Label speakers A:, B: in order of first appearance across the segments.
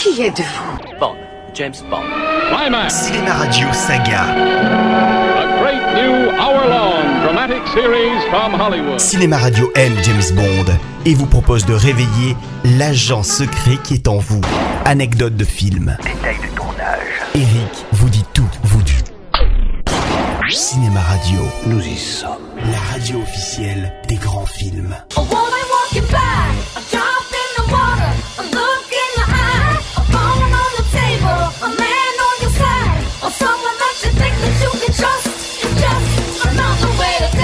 A: Qui êtes-vous
B: Bond, James Bond.
C: Climax,
D: Cinéma Radio Saga.
C: a great new hour-long dramatic series from Hollywood.
D: Cinéma Radio aime James Bond et vous propose de réveiller l'agent secret qui est en vous. Anecdote de film. Détails de tournage. Eric vous dit tout, vous dit. Cinéma Radio. Nous y sommes. La radio officielle des grands films.
E: A woman walking by, a drop in the water, a look in the eye, a bone on the table, a man on your side, or someone that you think that you can trust is just another way to die.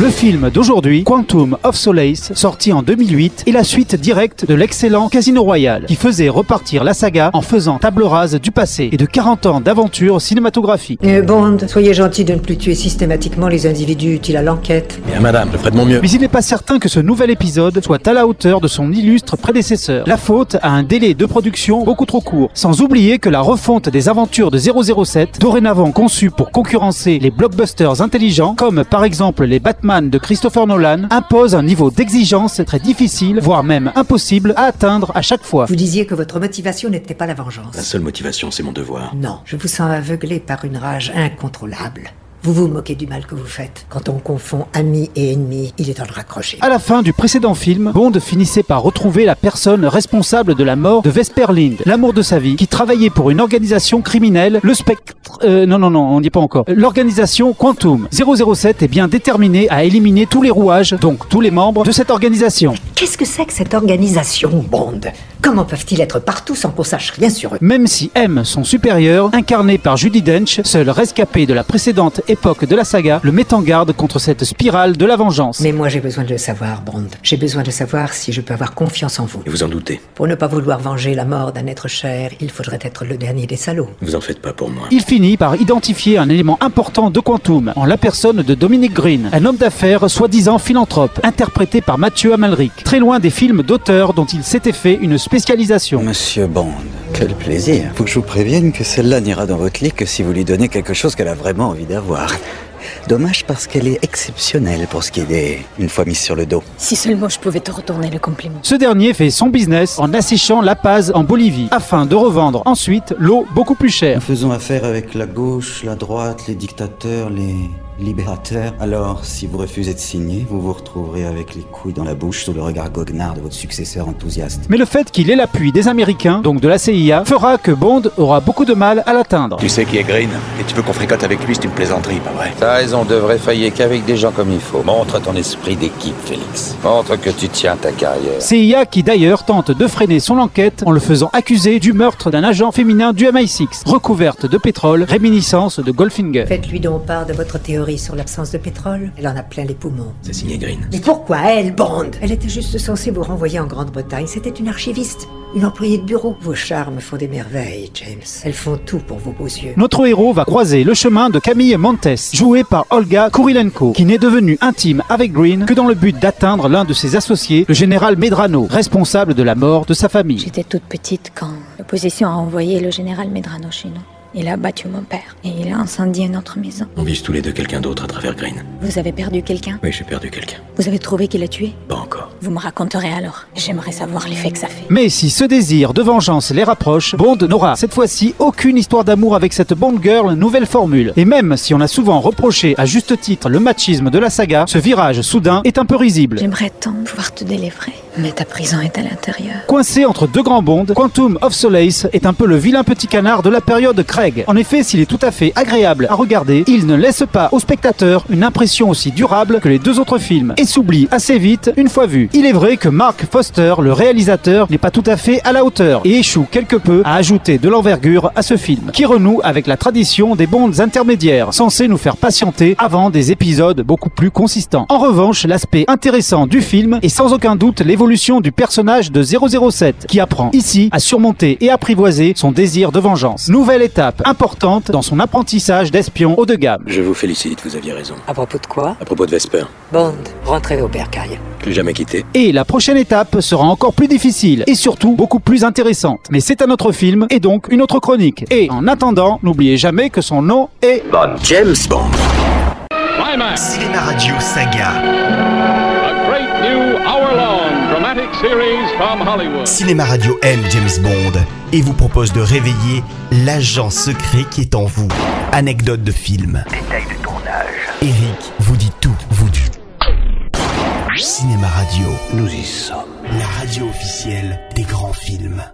F: Le film d'aujourd'hui, Quantum of Solace, sorti en 2008, est la suite directe de l'excellent Casino Royale, qui faisait repartir la saga en faisant table rase du passé et de 40 ans d'aventure cinématographique.
A: Euh, Bond, soyez gentil de ne plus tuer systématiquement les individus utiles à l'enquête.
G: Bien, madame, je ferai de mon mieux.
F: Mais il n'est pas certain que ce nouvel épisode soit à la hauteur de son illustre prédécesseur. La faute à un délai de production beaucoup trop court. Sans oublier que la refonte des aventures de 007, dorénavant conçue pour concurrencer les blockbusters intelligents, comme par exemple les Batman de Christopher Nolan, impose un niveau d'exigence très difficile, voire même impossible, à atteindre à chaque fois.
A: Vous disiez que votre motivation n'était pas la
G: La
A: vengeance.
G: seule motivation, c'est mon devoir.
A: Non, je vous sens aveuglé par une rage incontrôlable. Vous vous moquez du mal que vous faites. Quand on confond ami et ennemi, il est temps de raccrocher.
F: À la fin du précédent film, Bond finissait par retrouver la personne responsable de la mort de Vesper Lind, l'amour de sa vie, qui travaillait pour une organisation criminelle, le spectre... euh, non, non, non, on n'y est pas encore. L'organisation Quantum. 007 est bien déterminé à éliminer tous les rouages, donc tous les membres de cette organisation.
A: Qu'est-ce que c'est que cette organisation Bond Comment peuvent-ils être partout sans qu'on sache rien sur eux
F: Même si M, son supérieur, incarné par Judy Dench, seul rescapé de la précédente époque de la saga, le met en garde contre cette spirale de la vengeance.
A: Mais moi j'ai besoin de le savoir, Bond. J'ai besoin de savoir si je peux avoir confiance en vous.
G: Et vous en doutez.
A: Pour ne pas vouloir venger la mort d'un être cher, il faudrait être le dernier des salauds.
G: Vous en faites pas pour moi.
F: Il finit par identifier un élément important de Quantum, en la personne de Dominic Green, un homme d'affaires soi-disant philanthrope, interprété par Mathieu Amalric, très loin des films d'auteur dont il s'était fait une spécialisation.
H: Monsieur Bond, quel plaisir. Faut que je vous prévienne que celle-là n'ira dans votre lit que si vous lui donnez quelque chose qu'elle a vraiment envie d'avoir. Dommage parce qu'elle est exceptionnelle pour ce qui est des... une fois mise sur le dos.
I: Si seulement je pouvais te retourner le compliment.
F: Ce dernier fait son business en asséchant la Paz en Bolivie, afin de revendre ensuite l'eau beaucoup plus chère.
H: Faisons affaire avec la gauche, la droite, les dictateurs, les libérateurs. Alors, si vous refusez de signer, vous vous retrouverez avec les couilles dans la bouche sous le regard goguenard de votre successeur enthousiaste.
F: Mais le fait qu'il ait l'appui des Américains, donc de la CIA, fera que Bond aura beaucoup de mal à l'atteindre.
G: Tu sais qui est Green Et tu veux qu'on fréquente avec lui, c'est une plaisanterie, pas vrai
J: T'as raison, devrait faillir qu'avec des gens comme il faut. Montre ton esprit d'équipe, Félix. Montre que tu tiens ta carrière.
F: CIA qui d'ailleurs tente de freiner son enquête en le faisant accuser du meurtre d'un agent féminin du MI6, recouverte de pétrole, réminiscence de Goldfinger.
A: Faites-lui donc part de votre théorie sur l'absence de pétrole. Elle en a plein les poumons.
G: C'est signé Green.
A: Mais pourquoi elle, Bond Elle était juste censée vous renvoyer en Grande-Bretagne. C'était une archiviste, une employée de bureau. Vos charmes font des merveilles, James. Elles font tout pour vos beaux yeux.
F: Notre héros va croiser le chemin de Camille Montes, jouée par Olga Kurilenko, qui n'est devenue intime avec Green que dans le but d'atteindre l'un de ses associés, le général Medrano, responsable de la mort de sa famille.
I: J'étais toute petite quand l'opposition a envoyé le général Medrano chez nous. Il a battu mon père et il a incendié notre maison.
G: On vise tous les deux quelqu'un d'autre à travers Green.
I: Vous avez perdu quelqu'un
G: Oui, j'ai perdu quelqu'un.
I: Vous avez trouvé qui l'a tué
G: Pas encore.
I: Vous me raconterez alors. J'aimerais savoir l'effet que ça fait.
F: Mais si ce désir de vengeance les rapproche, Bond n'aura cette fois-ci aucune histoire d'amour avec cette Bond Girl nouvelle formule. Et même si on a souvent reproché à juste titre le machisme de la saga, ce virage soudain est un peu risible.
I: J'aimerais tant pouvoir te délivrer, mais ta prison est à l'intérieur.
F: Coincé entre deux grands bondes, Quantum of Solace est un peu le vilain petit canard de la période Craig. En effet, s'il est tout à fait agréable à regarder, il ne laisse pas au spectateur une impression aussi durable que les deux autres films et s'oublie assez vite une fois vu. Il est vrai que Mark Foster, le réalisateur, n'est pas tout à fait à la hauteur et échoue quelque peu à ajouter de l'envergure à ce film, qui renoue avec la tradition des bondes intermédiaires, censés nous faire patienter avant des épisodes beaucoup plus consistants. En revanche, l'aspect intéressant du film est sans aucun doute l'évolution du personnage de 007, qui apprend ici à surmonter et apprivoiser son désir de vengeance. Nouvelle étape importante dans son apprentissage d'espion haut de gamme.
G: Je vous félicite, vous aviez raison.
A: À propos de quoi
G: À propos de Vesper,
A: Bond, rentrez au bercail.
G: plus jamais quitté.
F: Et la prochaine étape sera encore plus difficile et surtout beaucoup plus intéressante. Mais c'est un autre film et donc une autre chronique. Et en attendant, n'oubliez jamais que son nom est
G: Bon. James Bond.
C: Climax,
D: Cinéma Radio Saga.
C: a great new hour-long dramatic series from Hollywood.
D: Cinéma Radio aime James Bond et vous propose de réveiller l'agent secret qui est en vous. Anecdote de film. Détails de tournage. Eric vous dit tout, vous dit. Cinéma Radio,
H: Nous y sommes.
D: la radio officielle des grands films.